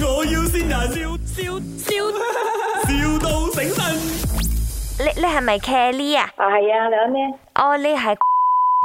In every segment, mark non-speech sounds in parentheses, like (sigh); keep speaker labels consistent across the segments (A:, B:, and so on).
A: 要先人，笑笑笑，,笑到醒神。
B: 你你系咪 Kelly 啊？
C: 啊，係啊，你有咩
B: 哦，你系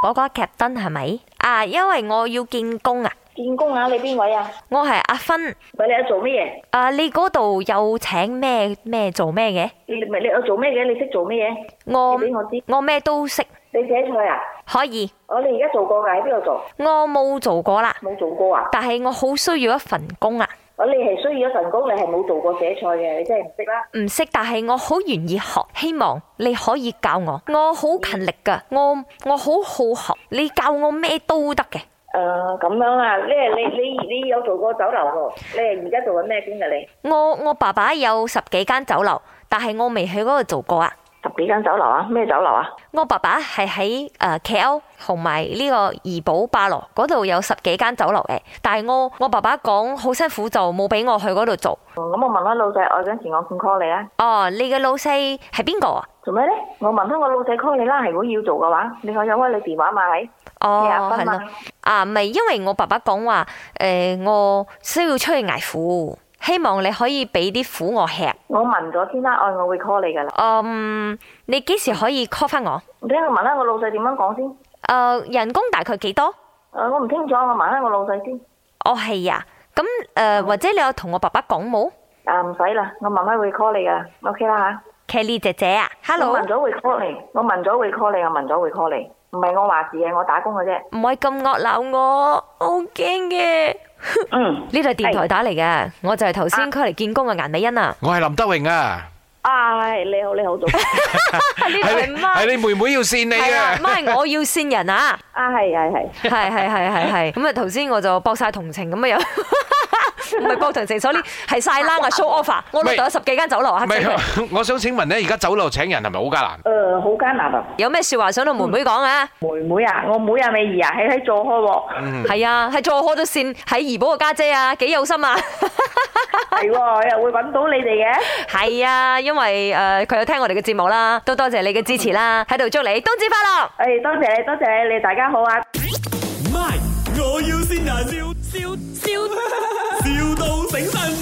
B: 嗰個 Captain 係咪？啊，因為我要見工啊，
C: 見工啊？你邊位啊？
B: 我係阿芬。
C: 喂，你喺做乜嘢？
B: 啊，你嗰度有請咩咩做咩嘅？
C: 你咪你有做咩嘅？你識做乜嘢？
B: 我
C: 你俾我知
B: 我咩都識，
C: 你寫菜啊？
B: 可以。
C: 我你而家做過㗎？喺邊度做？
B: 我冇做過啦，
C: 冇做過啊？
B: 但係我好需要一份工啊，
C: 我你係需要一份工，你係冇做過寫菜嘅，你真係唔識啦。
B: 唔識，但係我好願意學，希望你可以教我。我好勤力噶，我我好好學，你教我咩都得嘅。
C: 誒、咁樣啊？你係你你你有做過酒樓喎？你係而家做緊咩工㗎？你
B: 我我爸爸有十幾間酒樓，但係我未去嗰度做過啊。
C: 十幾間酒樓啊？咩酒樓啊？
B: 我爸爸係喺誒 KL 同埋呢個怡寶巴羅嗰度有十幾間酒樓嘅，但係我我爸爸講好辛苦就冇俾我去嗰度做。
C: 哦咁、我問翻老細，我嗰陣時我見 call 你啊，
B: 哦，你嘅老細係邊個啊？
C: 做咩咧？我問翻我老細 call 你啦，係如果要做嘅話，你我有開你電話嘛係？
B: 哦
C: 你阿，芬
B: 係
C: 嘛
B: 咯，啊，唔係因為我爸爸講話誒，我需要出去捱苦，希望你可以俾啲苦我吃。
C: 我問咗先啦，哦我我會 call 你㗎啦。
B: 嗯，你幾時可以 call 翻我？
C: 你聽我問下我老細點樣講先。
B: 誒、人工大概幾多？
C: 诶，我唔清楚，我問下我老細先。
B: 哦，係呀、咁誒、呃或者你有同我爸爸講冇
C: 啊，唔使啦，我慢慢會 call à. 你噶啦，OK 啦
B: ？Kelly 姐姐啊
C: 吓。
B: ，hello
C: 我。問咗會 call 你，我問咗會 call 你，我問咗會 call 你。唔係我話事嘅，我打工嘅啫。
B: 唔可以咁惡鬧我，我好驚嘅。
C: 嗯。
B: 呢度係啊電台打嚟嘅，我就係頭先佢嚟見工嘅顏美欣啊。
D: 我係林德榮啊，
C: 啊，係你好，你 (laughs) 好，早。
B: 啊呢度
D: 係
B: 係
D: 你
B: 媽，
D: 係你妹妹要扇你
B: 係啊，
D: 啊！
B: 媽係我要線人
D: (laughs)
B: 啊，
C: 啊，係係係。
B: 係係係係係。咁啊，頭先我就博晒同情咁啊又。 (laughs) 唔係博同情，所以係晒冷啊 show offer。我老豆有十幾間酒樓啊，
D: 唔
B: 黑死佢
D: 係， (laughs) 我想請問咧，而家酒樓請人係咪好艱難？
C: 诶，好艱難啊！
B: 有咩説話想同妹妹講啊？
C: 妹妹啊，我妹啊，美兒啊，喺喺做開喎，
D: 嗯
B: 係啊，係做開咗線喺怡寶嘅家姐啊，幾有心啊！ (laughs)
C: 係喎，又會揾到你哋嘅。
B: 係啊，因為誒佢有聽我哋嘅節目啦，都多謝你嘅支持啦，喺度祝你冬至快樂。
C: 诶，多謝你，多謝你，大家好啊！
A: My，我要先人，笑笑笑，,笑到醒神。